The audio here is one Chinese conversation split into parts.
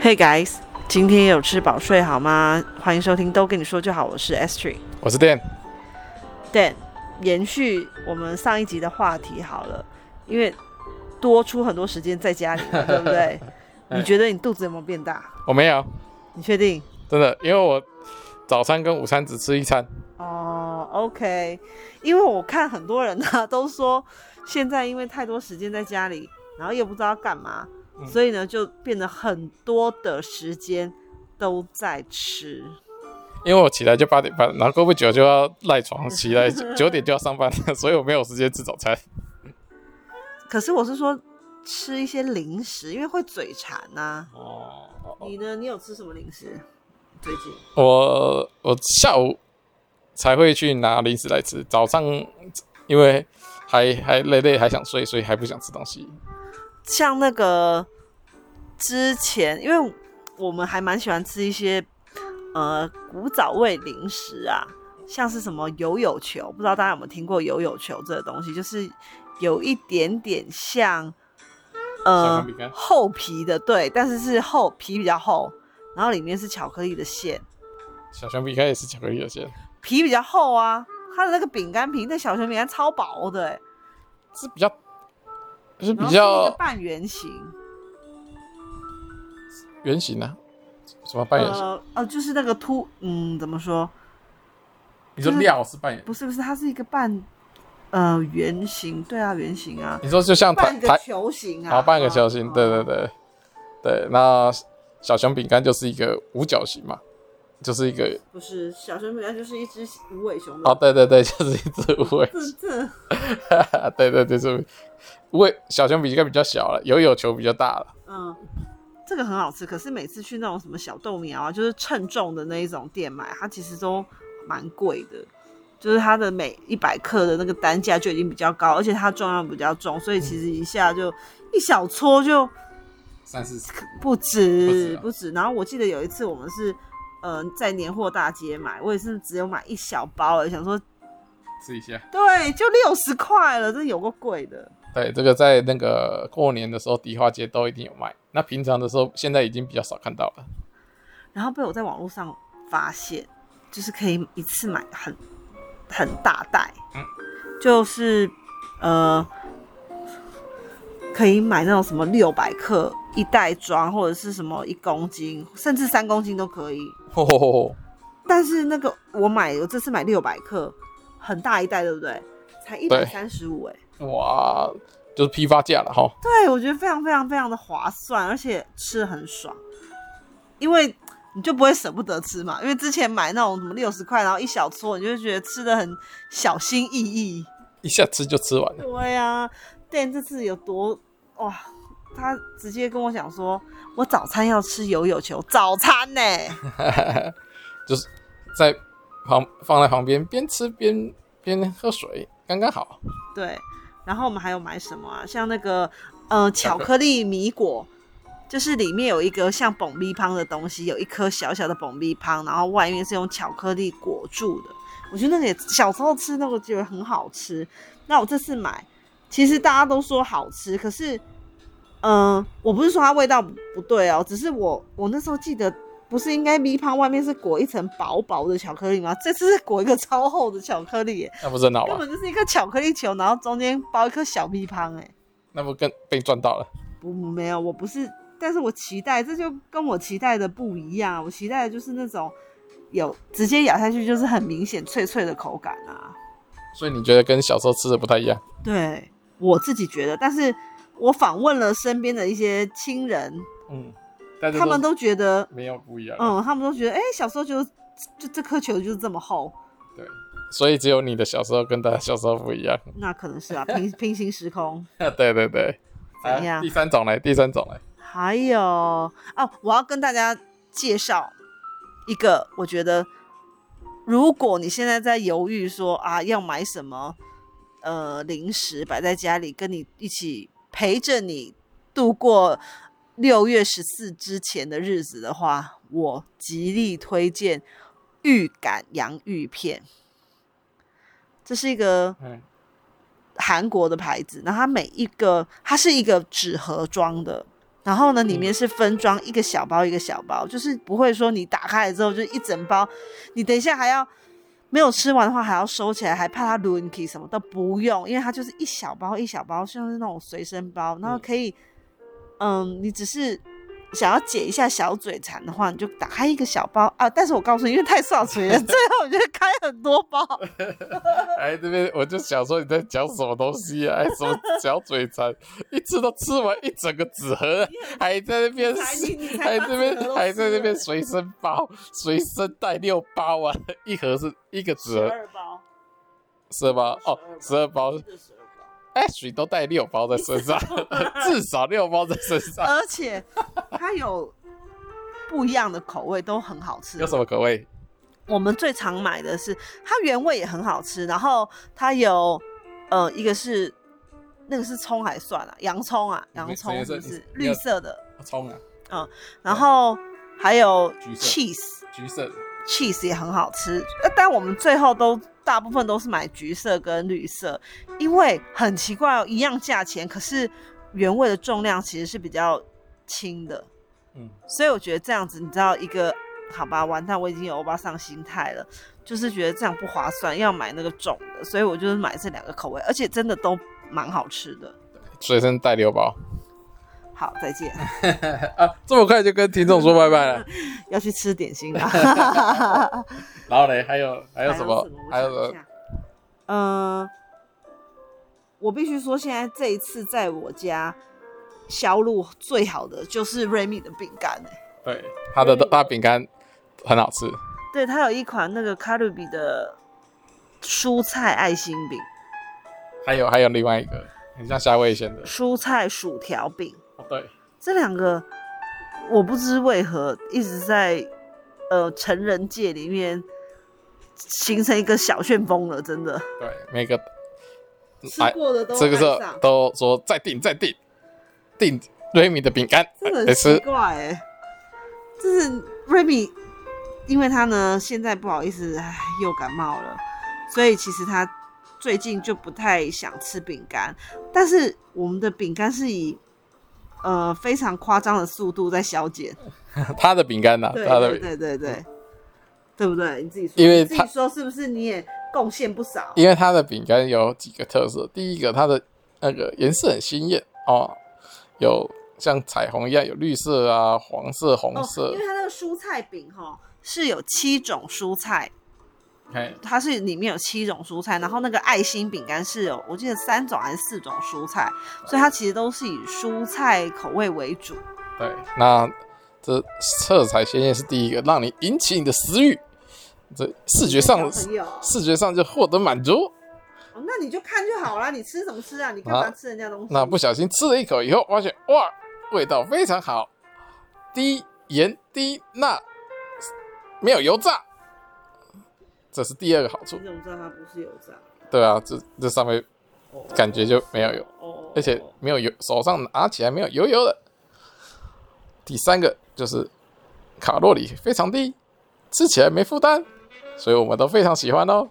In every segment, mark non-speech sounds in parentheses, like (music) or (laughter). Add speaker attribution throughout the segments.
Speaker 1: Hey guys，今天有吃饱睡好吗？欢迎收听都跟你说就好，我是 S Tree
Speaker 2: 我是 Dan，
Speaker 1: Dan。延续我们上一集的话题好了，因为多出很多时间在家里嘛，对不对？你觉得你肚子有没有变大？
Speaker 2: 我没有，
Speaker 1: 你确定？
Speaker 2: 真的，因为我早餐跟午餐只吃一餐，
Speaker 1: 哦、o k 因为我看很多人呢、都说，现在因为太多时间在家里，然后又不知道干嘛，
Speaker 2: 嗯
Speaker 1: 所以呢就变得很多的时间都在吃。
Speaker 2: 因为我起来就八点半，然后过不久就要赖床，
Speaker 1: (laughs)
Speaker 2: 起来九点就要上班，所以我没有时间吃早餐。
Speaker 1: 可是我是说吃一些零食，因为会嘴馋呐、
Speaker 2: 哦，
Speaker 1: 你呢？你有吃什么零食？最近
Speaker 2: 我我下午才会去拿零食来吃，早上因为还还累累，还想睡，所以还不想吃东西。
Speaker 1: 像那个之前，因为我们还蛮喜欢吃一些呃古早味零食啊，像是什么游泳球，不知道大家有没有听过游泳球这个东西，就是有一点点像
Speaker 2: 小
Speaker 1: 呃
Speaker 2: 康饼干
Speaker 1: 厚皮的，对，但是是厚皮比较厚，然后里面是巧克力的馅，
Speaker 2: 小熊饼干也是巧克力的馅，
Speaker 1: 皮比较厚啊，它的那个饼干皮，那小熊饼干超薄的、欸，
Speaker 2: 是比较是
Speaker 1: 然
Speaker 2: 比
Speaker 1: 后是一
Speaker 2: 较
Speaker 1: 个半圆形，
Speaker 2: 圆形的、啊，什么半圆形？
Speaker 1: 呃呃，就是那个凸，嗯，怎么说？
Speaker 2: 你说料是半圆？
Speaker 1: 不是不是，它是一个半呃圆形，对啊，圆形啊，
Speaker 2: 你说就像台
Speaker 1: 半个
Speaker 2: 台
Speaker 1: 球形啊，
Speaker 2: 然后哦半个球
Speaker 1: 啊
Speaker 2: 形，对对对，对。那小熊饼干就是一个五角形嘛，就是一个
Speaker 1: 不是小熊饼干就是一只无尾熊的，
Speaker 2: 哦，对对 (laughs) 对，就是一只无尾，
Speaker 1: 这这
Speaker 2: (laughs) 对对对，是无尾小熊饼干比较小了，游泳球比较大了。
Speaker 1: 嗯。这个很好吃，可是每次去那种什么小豆苗啊，就是称重的那一种店买，它其实都蛮贵的，就是它的每一百克的那个单价就已经比较高，而且它重量比较重，所以其实一下就、一小撮就
Speaker 2: 三四十，
Speaker 1: 不止
Speaker 2: 不止啊
Speaker 1: 不止。然后我记得有一次我们是，呃，在年货大街买，我也是只有买一小包而已，想说
Speaker 2: 试一下。
Speaker 1: 对，就六十块了，这有个贵的。
Speaker 2: 对，这个在那个过年的时候，迪化街都一定有卖。那平常的时候，现在已经比较少看到了。
Speaker 1: 然后被我在网络上发现，就是可以一次买很很大袋，
Speaker 2: 嗯
Speaker 1: 就是呃，可以买那种什么六百克一袋装，或者是什么一公斤，甚至三公斤都可以。
Speaker 2: 吼吼吼吼！
Speaker 1: 但是那个我买，我这次买六百克，很大一袋，对不对？才一百三十五，哎，
Speaker 2: 哇，就是批发价了哈。
Speaker 1: 对我觉得非常非常非常的划算，而且吃得很爽，因为你就不会舍不得吃嘛。因为之前买那种什么六十块，然后一小撮，你就会觉得吃的很小心翼翼。
Speaker 2: 一下吃就吃完了。
Speaker 1: 对呀、但这次有多哇？他直接跟我讲说，我早餐要吃游泳球，早餐呢、
Speaker 2: (laughs) 就是在旁放在旁边，边吃边边喝水，刚刚好。
Speaker 1: 对，然后我们还有买什么啊？像那个呃巧
Speaker 2: 巧克
Speaker 1: 克力米果，就是里面有一个像蹦米汤的东西，有一颗小小的蹦米汤，然后外面是用巧克力裹住的。我觉得那个也小时候吃那个觉得很好吃。那我这次买，其实大家都说好吃，可是，嗯、我不是说它味道不对哦，只是我我那时候记得。不是应该米汤外面是裹一层薄薄的巧克力吗？这次是裹一个超厚的巧克力耶，
Speaker 2: 那不是啊很好
Speaker 1: 根
Speaker 2: 吗？
Speaker 1: 本就是一个巧克力球，然后中间包一颗小蜜糖、哎，
Speaker 2: 那不更被赚到了？
Speaker 1: 不，没有，我不是，但是我期待，这就跟我期待的不一样啊。我期待的就是那种有直接咬下去就是很明显脆脆的口感啊。
Speaker 2: 所以你觉得跟小时候吃的不太一样？
Speaker 1: 对我自己觉得，但是我访问了身边的一些亲人，
Speaker 2: 嗯，但
Speaker 1: 他们都觉得，
Speaker 2: 没有不一样。
Speaker 1: 嗯，他们都觉得，哎、小时候就就这颗球就是这么厚，
Speaker 2: 对，所以只有你的小时候跟大家小时候不一样。
Speaker 1: 那可能是啊，平 (laughs) 平行时空。
Speaker 2: 对对对。
Speaker 1: (laughs) 怎样
Speaker 2: 啊第三种来，第三种来。
Speaker 1: 还有哦，我要跟大家介绍一个，我觉得如果你现在在犹豫说啊要买什么呃零食摆在家里，跟你一起陪着你度过六月十四之前的日子的话，我极力推荐预感洋芋片。这是一个
Speaker 2: 嗯，
Speaker 1: 韩国的牌子，然后它每一个它是一个纸盒装的，然后呢，里
Speaker 2: 嗯
Speaker 1: 面是分装一个小包一个小包，就是不会说你打开来之后就一整包，你等一下还要没有吃完的话还要收起来，还怕它轮起什么都不用，因为它就是一小包一小包，像是那种随身包，然后可以，嗯，你只是。想要解一下小嘴馋的话，你就打开一个小包啊！但是我告诉你，因为太少嘴
Speaker 2: (laughs)
Speaker 1: 了，最后我就开很多包。
Speaker 2: 哎，这边我就想说你在讲什么东西啊？哎，什么小嘴馋，一次都吃完一整个纸
Speaker 1: (laughs)
Speaker 2: 盒了，还在那边
Speaker 1: 你才你你，才
Speaker 2: (laughs) 还
Speaker 1: 把
Speaker 2: 哎这
Speaker 1: 纸盒
Speaker 2: 边
Speaker 1: 都
Speaker 2: 还在那边
Speaker 1: 吃
Speaker 2: 随身 (laughs) 包、随身带六包啊，一盒是一个纸盒
Speaker 1: 二包，
Speaker 2: 十二包哦，十二包，
Speaker 1: 十二包。
Speaker 2: 哎，水都带六包在身上， (laughs) 至少六包在身 (laughs) 上。
Speaker 1: 而且它有不一样的口味，都很好吃
Speaker 2: 有。什么口味？
Speaker 1: 我们最常买的是它原味也很好吃，然后它有呃一个是那个是葱还是蒜啊？洋葱啊，
Speaker 2: 没
Speaker 1: 洋葱
Speaker 2: 没
Speaker 1: 是
Speaker 2: 事
Speaker 1: 不是
Speaker 2: 你
Speaker 1: 绿色的？
Speaker 2: 葱啊，
Speaker 1: 然后还有
Speaker 2: 橘色
Speaker 1: cheese。
Speaker 2: 橘色的。
Speaker 1: cheese 也很好吃，呃但我们最后都大部分都是买橘色跟绿色，因为很奇怪哦，一样价钱，可是原味的重量其实是比较轻的，
Speaker 2: 嗯，
Speaker 1: 所以我觉得这样子，你知道一个好吧，完蛋，我已经有欧巴桑心态了，就是觉得这样不划算，要买那个重的，所以我就是买这两个口味，而且真的都蛮好吃的。
Speaker 2: 随身带六包
Speaker 1: 好，再见，
Speaker 2: (laughs) 啊！这么快就跟听众说拜拜 (laughs) 了。
Speaker 1: 要去吃点心了。
Speaker 2: 然后嘞，还有还
Speaker 1: 还
Speaker 2: 有什么？还有什
Speaker 1: 什
Speaker 2: 么
Speaker 1: 么？？嗯、呃，我必须说，现在这一次在我家销路最好的就是瑞米的饼干、欸，
Speaker 2: 对，它的大饼干很好吃。
Speaker 1: 对，它有一款那个卡路比的蔬菜爱心饼、
Speaker 2: 还有还有另外一个很像夏威夷的，
Speaker 1: 蔬菜薯条饼，
Speaker 2: 哦对，
Speaker 1: 这两个我不知为何一直在呃成人界里面形成一个小旋风了，真的。
Speaker 2: 对，每个
Speaker 1: 吃过的都
Speaker 2: 嗯哎这个时
Speaker 1: 爱
Speaker 2: 候
Speaker 1: 上，
Speaker 2: 都说再订再订订瑞米的饼干 (laughs)
Speaker 1: 真的
Speaker 2: 来
Speaker 1: 很奇
Speaker 2: 吃，
Speaker 1: 怪哎、就是 Remy，因为他呢现在不好意思，唉，又感冒了，所以其实他最近就不太想吃饼干。但是我们的饼干是以呃非常夸张的速度在消减，
Speaker 2: 他的饼干呐，
Speaker 1: 对
Speaker 2: 他啊的
Speaker 1: 对
Speaker 2: 饼，
Speaker 1: 对对对，对不对？你自己说，
Speaker 2: 因为
Speaker 1: 你自
Speaker 2: 他
Speaker 1: 己说是不是你也贡献不少？
Speaker 2: 因为他的饼干有几个特色，第一个它的那个颜色很鲜艳哦，有像彩虹一样有绿色啊、黄色、红
Speaker 1: 哦，
Speaker 2: 色
Speaker 1: 因为，它那个蔬菜饼哈是有七种蔬菜，
Speaker 2: 哎、
Speaker 1: 它是里面有七种蔬
Speaker 2: 嗯
Speaker 1: 菜，然后那个爱心饼干是有我记得三种还是四种蔬菜，所以它其实都是以蔬菜口味为主。
Speaker 2: 对，那这色彩鲜艳是第一个，让你引起你的食欲，这视觉上
Speaker 1: 小朋友，
Speaker 2: 视觉上就获得满足。
Speaker 1: 哦那你就看就好啦，你吃什么吃啊？你干嘛
Speaker 2: 啊
Speaker 1: 吃人家东西？
Speaker 2: 那不小心吃了一口以后，发现哇，味道非常好，低盐低钠，没有油炸，这是第二个好处
Speaker 1: 你。怎么知道它不是油炸？
Speaker 2: 对啊，这这上面
Speaker 1: 哦
Speaker 2: 感觉就没有油，
Speaker 1: 哦，
Speaker 2: 而且没有油，手上拿起来没有油油的。第三个就是卡路里非常低，吃起来没负担，所以我们都非常喜欢哦。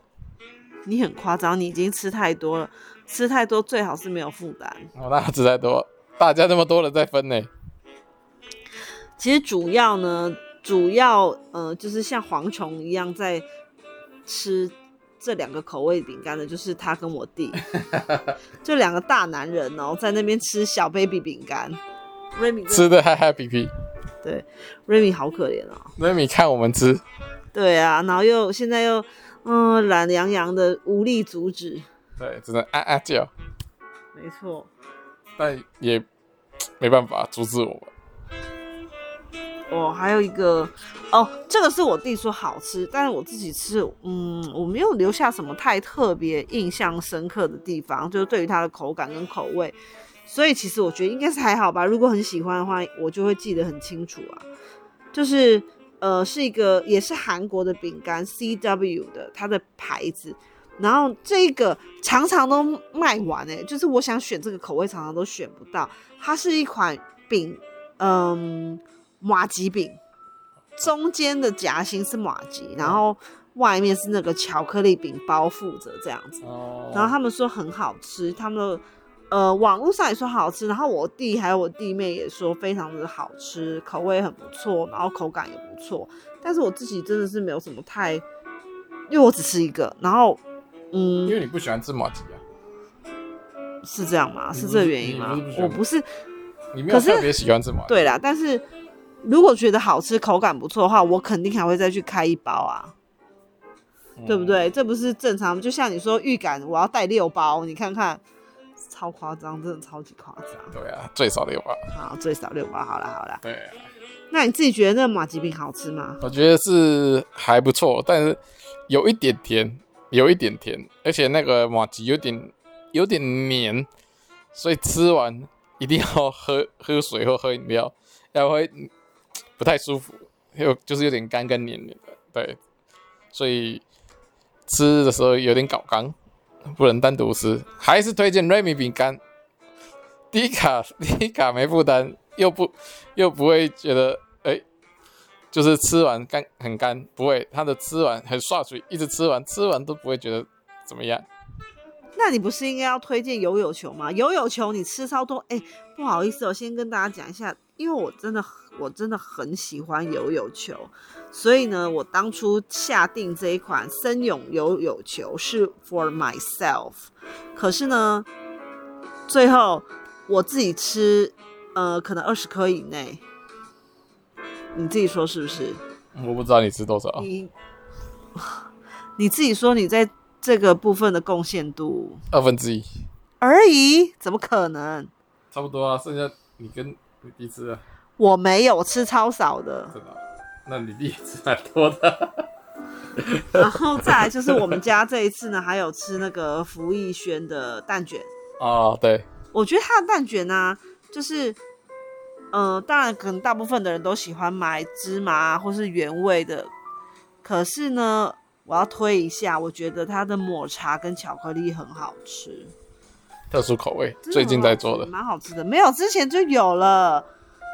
Speaker 1: 你很夸张，你已经吃太多了，吃太多最好是没有负担。
Speaker 2: 哦，那吃太多，大家这么多人在分呢，
Speaker 1: 其实主要呢，主要呃，就是像蝗虫一样在吃这两个口味饼干的，就是他跟我弟，就两个大男人哦，在那边吃小 baby 饼干。Remy
Speaker 2: 吃的嗨嗨皮皮。
Speaker 1: 对 Remy 好可怜哦，
Speaker 2: 那你看我们吃，
Speaker 1: 对啊，然后又现在又嗯懒洋洋的，无力阻止，
Speaker 2: 对，只能啊啊叫，
Speaker 1: 没错。
Speaker 2: 但也没办法阻止我们。
Speaker 1: 哦，还有一个哦，这个是我弟说好吃，但是我自己吃，嗯，我没有留下什么太特别印象深刻的地方，就是对于它的口感跟口味，所以其实我觉得应该是还好吧。如果很喜欢的话，我就会记得很清楚啊。就是呃，是一个也是韩国的饼干 C W 的，它的牌子。然后这个常常都卖完诶、就是我想选这个口味，常常都选不到。它是一款饼，嗯，马吉饼，中间的夹心是马吉，然后外面是那个巧克力饼包覆着这样子。
Speaker 2: 哦
Speaker 1: 然后他们说很好吃，他们都呃，网络上也说好吃，然后我弟还有我弟妹也说非常的好吃，口味很不错，然后口感也不错。但是我自己真的是没有什么太，因为我只吃一个，然后嗯
Speaker 2: 因，为你不喜欢芝麻鸡啊，
Speaker 1: 是这样吗？
Speaker 2: 你
Speaker 1: 是
Speaker 2: 不
Speaker 1: 这个
Speaker 2: 是
Speaker 1: 原因
Speaker 2: 你
Speaker 1: 吗
Speaker 2: 不是不喜？欢
Speaker 1: 我
Speaker 2: 吗
Speaker 1: 不是
Speaker 2: 你没有
Speaker 1: 可是
Speaker 2: 特别喜欢芝麻鸡。
Speaker 1: 对啦，但是如果觉得好吃、口感不错的话，我肯定还会再去开一包啊，
Speaker 2: 嗯
Speaker 1: 对不？对？这不是正常？就像你说预感我要带六包，你看看，超夸张，真的超级夸张。
Speaker 2: 对啊，最少的有吧？
Speaker 1: 好，最少六包，好了好了。
Speaker 2: 对啊，
Speaker 1: 那你自己觉得那马吉饼好吃吗？
Speaker 2: 我觉得是还不错，但是有一点甜，有一点甜，而且那个马吉有点有点黏，所以吃完一定要喝喝水或喝饮料，要不然会不太舒服，有就是有点干干黏黏的。对，所以吃的时候有点搞刚，不能单独吃，还是推荐瑞米饼干。低卡 (laughs) 低卡没负担，又不又不会觉得哎、就是吃完干很干，不会，它的吃完很刷嘴，一直吃完，吃完都不会觉得怎么样。
Speaker 1: 那你不是应该要推荐游泳球吗？游泳球你吃超多，哎、不好意思、哦，我先跟大家讲一下，因为我真的我真的很喜欢游泳球，所以呢，我当初下定这一款森永游泳球是 for myself，可是呢，最后我自己吃，呃，可能二十颗以内，你自己说是不是？
Speaker 2: 我不知道你吃多少，
Speaker 1: 你 (laughs) 你自己说你在这个部分的贡献度。
Speaker 2: 二分之一，
Speaker 1: 而已，怎么可能？
Speaker 2: 差不多啊。剩下你跟你弟吃啊，
Speaker 1: 我没有我吃超少的，
Speaker 2: 真的啊、那你弟也吃蛮多 (laughs) 的。
Speaker 1: 然后再来就是我们家这一次呢，还有吃那个福逸轩的蛋卷，
Speaker 2: 哦，对，
Speaker 1: 我觉得它的蛋卷呢、就是，呃，当然可能大部分的人都喜欢买芝麻啊或是原味的，可是呢，我要推一下，我觉得它的抹茶跟巧克力很好吃，
Speaker 2: 特殊口味，
Speaker 1: 真的
Speaker 2: 最近
Speaker 1: 很好
Speaker 2: 在
Speaker 1: 吃
Speaker 2: 做的。
Speaker 1: 蛮好吃的，没有之前就有了，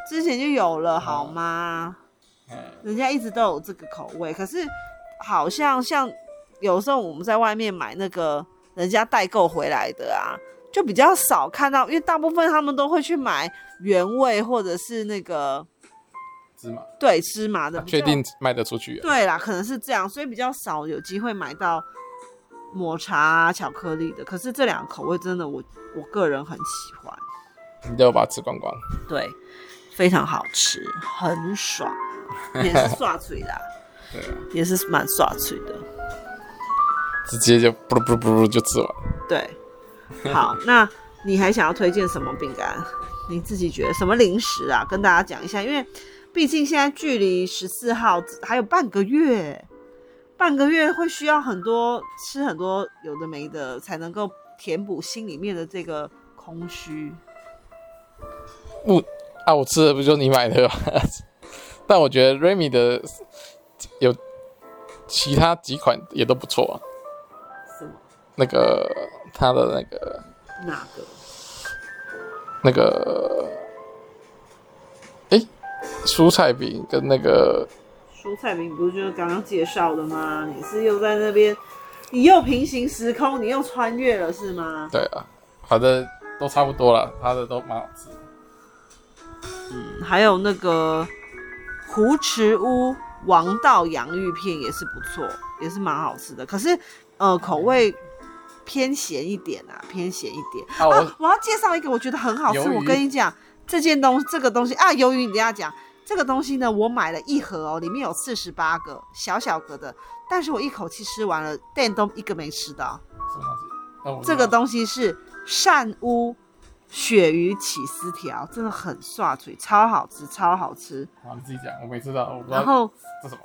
Speaker 1: 之前就有了，好吗？
Speaker 2: 嗯
Speaker 1: 人家一直都有这个口味，可是好像像有时候我们在外面买那个人家代购回来的啊，就比较少看到，因为大部分他们都会去买原味或者是那个
Speaker 2: 芝麻，
Speaker 1: 对芝麻的，比较
Speaker 2: 啊确定卖得出去、啊？
Speaker 1: 对啦，可能是这样，所以比较少有机会买到抹茶、啊、巧克力的。可是这两个口味真的我我个人很喜欢，
Speaker 2: 你就把它吃光光。
Speaker 1: 对，非常好吃，很爽，也是刷嘴啦，
Speaker 2: (laughs) 对啊，
Speaker 1: 也是蛮刷嘴的。
Speaker 2: 直接就不不不不就吃完。
Speaker 1: 对，好，那你还想要推荐什么饼干？你自己觉得什么零食啊？跟大家讲一下，因为毕竟现在距离十四号只还有半个月，半个月会需要很多吃很多有的没的，才能够填补心里面的这个空虚。
Speaker 2: 啊，我吃的不就是你买的吗？ (laughs) 但我觉得 Remy 的有其他几款也都不错啊。
Speaker 1: 什么？
Speaker 2: 那个它的那个
Speaker 1: 哪个？
Speaker 2: 那个，诶，蔬菜饼跟那个
Speaker 1: 蔬菜饼不是就是刚刚介绍的吗？你是又在那边，你又平行时空，你又穿越了是吗？
Speaker 2: 对啊，反正都差不多了，它的都蛮好吃。
Speaker 1: 还有那个胡池屋王道洋芋片也是不错，也是蛮好吃的。可是呃，口味偏咸一点啊，偏咸一点。
Speaker 2: 啊，
Speaker 1: 啊
Speaker 2: 我，
Speaker 1: 我要介绍一个我觉得很好吃，
Speaker 2: 鱿鱼
Speaker 1: 我跟你讲，这件东这个东西啊，鱿鱼你等一下讲。这个东西呢，我买了一盒哦，里面有四十八个小小个的，但是我一口气吃完了，但都一个没吃到。
Speaker 2: 什么东西？那我
Speaker 1: 这个东西是鳝屋鳕鱼起司条，真的很刷嘴，超好吃，超好吃。
Speaker 2: 啊，你自己讲，我没吃到，我不知
Speaker 1: 然
Speaker 2: 道
Speaker 1: 后
Speaker 2: 这什么，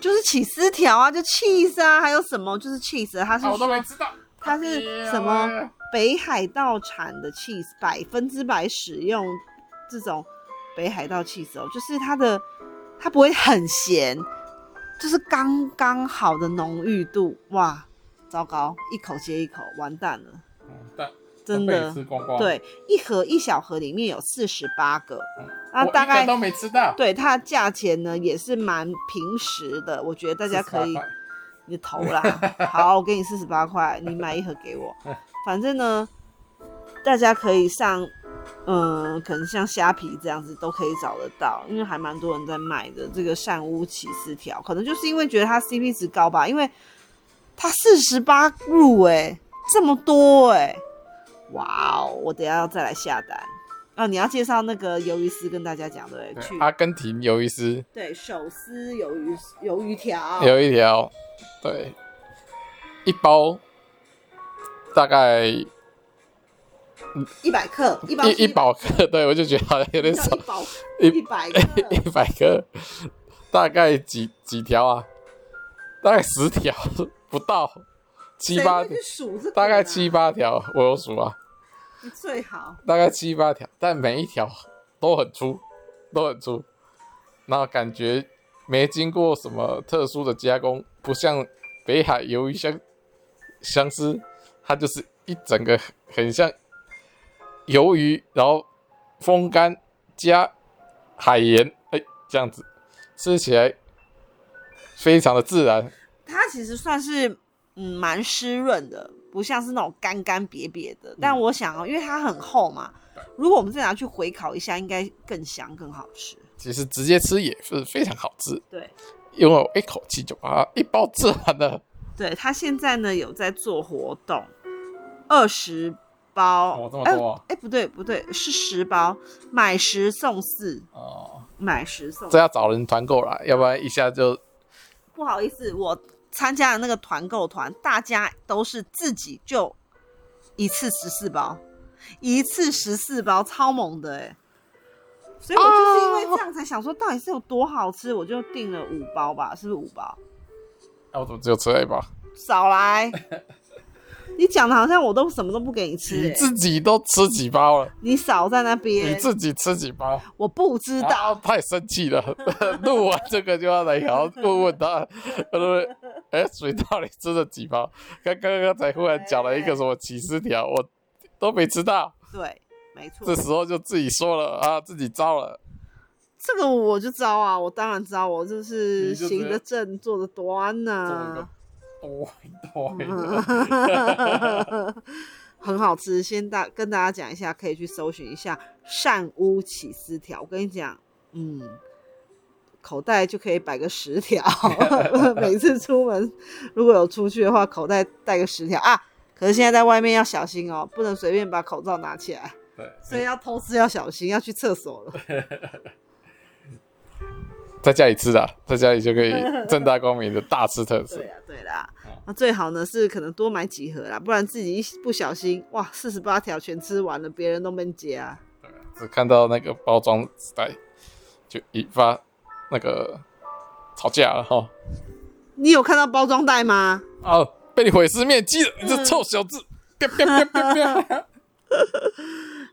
Speaker 1: 就是起司条啊，就 cheese 啊，还有什么就是 cheese，啊它是
Speaker 2: 啊，我都
Speaker 1: 说
Speaker 2: 没吃到。
Speaker 1: 它是什么
Speaker 2: 哎呀
Speaker 1: 北海道产的 cheese，百分之百使用这种北海道 cheese 哦，就是它的它不会很咸，就是刚刚好的浓郁度。哇，糟糕，一口接一口，完蛋了，
Speaker 2: 嗯但
Speaker 1: 真
Speaker 2: 都
Speaker 1: 的
Speaker 2: 被你。吃光光。
Speaker 1: 对，一盒一小盒里面有四十八个，
Speaker 2: 我
Speaker 1: 那
Speaker 2: 嗯一个
Speaker 1: 啊大概
Speaker 2: 都没吃到。
Speaker 1: 对它的价钱呢也是蛮平实的，我觉得大
Speaker 2: 大
Speaker 1: 家可以你的头啦。好，我给你四十八块，你买一盒给我。反正呢，大家可以上，嗯，可能像虾皮这样子都可以找得到，因为还蛮多人在卖的这个善屋起司条，可能就是因为觉得它 CP 值高吧，因为它四十八入哎、这么多哎、哇哦，我等一下要再来下单。啊，你要介绍那个鱿鱼丝跟大家讲对不对，啊去
Speaker 2: 对阿根廷鱿鱼丝
Speaker 1: 对手撕鱿鱼鱿鱼条，
Speaker 2: 有一条，对，一包大概一
Speaker 1: 一百克，一包
Speaker 2: 一百克， (laughs) 对我就觉得好像有点
Speaker 1: 叫
Speaker 2: 少
Speaker 1: 一，包一百
Speaker 2: 一哎 (laughs)
Speaker 1: 克，
Speaker 2: 一百克，大概几几条啊？大概十条不到，七八
Speaker 1: 谁会去数这个啊
Speaker 2: 大概七，八条，我有数啊，
Speaker 1: 你最好
Speaker 2: 大概七八条，但每一条都很粗， (laughs) 都很粗，那感觉没经过什么特殊的加工，不像北海鱿鱼香相思，它就是一整个很像鱿鱼，然后风干加海盐，哎、这样子吃起来非常的自然，
Speaker 1: 它其实算是嗯蛮湿润的，不像是那种干干瘪瘪的。
Speaker 2: 嗯
Speaker 1: 但我想哦，因为它很厚嘛，如果我们再拿去回烤一下，应该更香更好吃。
Speaker 2: 其实直接吃也是非常好吃，
Speaker 1: 对，
Speaker 2: 因为我一口气就把它一包吃完了。
Speaker 1: 对，它现在呢有在做活动，二十包
Speaker 2: 哦这，么
Speaker 1: 哎
Speaker 2: 多啊
Speaker 1: 哎不对不对，是十包，买十送四，
Speaker 2: 哦，
Speaker 1: 买十送
Speaker 2: 这要找人团购啦，要不然一下就
Speaker 1: 不好意思，我参加的那个团购团，大家都是自己就一次十四包，一次十四包，超猛的哎、所以我就是因为这样才想说，到底是有多好吃，我就订了五包吧，是不是五包？
Speaker 2: 那、我怎么只有吃了一包？
Speaker 1: 少
Speaker 2: (laughs)
Speaker 1: 来，你讲的好像我都什么都不给你吃、
Speaker 2: 你
Speaker 1: 欸，
Speaker 2: 自己都吃几包了，
Speaker 1: 你少在那
Speaker 2: 你
Speaker 1: 边，
Speaker 2: 自己吃几包，
Speaker 1: 我不知道。
Speaker 2: 啊太生气了。录完这个就要来好好问问他，他说：“哎、水到底吃了几包？刚刚刚才忽然讲了一个什么起司条，我都没吃到。
Speaker 1: 对，没错
Speaker 2: 这，时候就自己说了啊，自己招了。
Speaker 1: 这个我就招啊，我当然招，我就是
Speaker 2: 你就
Speaker 1: 行
Speaker 2: 直
Speaker 1: 得
Speaker 2: 接
Speaker 1: 正，坐得端呐、
Speaker 2: 多多
Speaker 1: 嗯 (laughs) 很好吃，先大跟大家讲一下，可以去搜寻一下善屋起司条。我跟你讲，嗯，口袋就可以摆个十条， (laughs) 每次出门如果有出去的话，口袋带个十条啊。可是现在在外面要小心哦，不能随便把口罩拿起来，所以要偷吃要小心，要去厕所了。
Speaker 2: 在家里吃的啊，在家里就可以正大光明的大吃特吃
Speaker 1: 对。啦，对啦，那最好呢是可能多买几盒啦，不然自己一不小心，哇，四十八条全吃完了，别人都没接啊。
Speaker 2: 只看到那个包装纸袋，就引发那个吵架了哈。
Speaker 1: 你有看到包装袋吗？
Speaker 2: 啊，被你毁尸灭迹了，你这臭小子！ (laughs) 啪啪啪啪啪！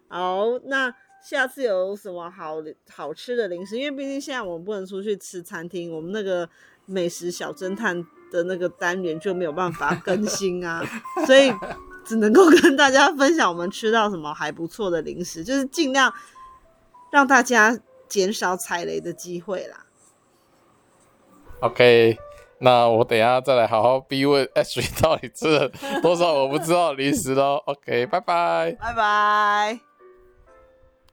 Speaker 1: 好，那下次有什么好好吃的零食？因为毕竟现在我们不能出去吃餐厅，我们那个美食小侦探的那个单元就没有办法更新 (laughs) 啊，所以只能够跟大家分享我们吃到什么还不错的零食，就是尽量让大家减少踩雷的机会啦。
Speaker 2: OK，那我等一下再来好好逼问 Ashley 到底吃了多少我不知道的零食喽。OK，拜拜。
Speaker 1: 拜拜。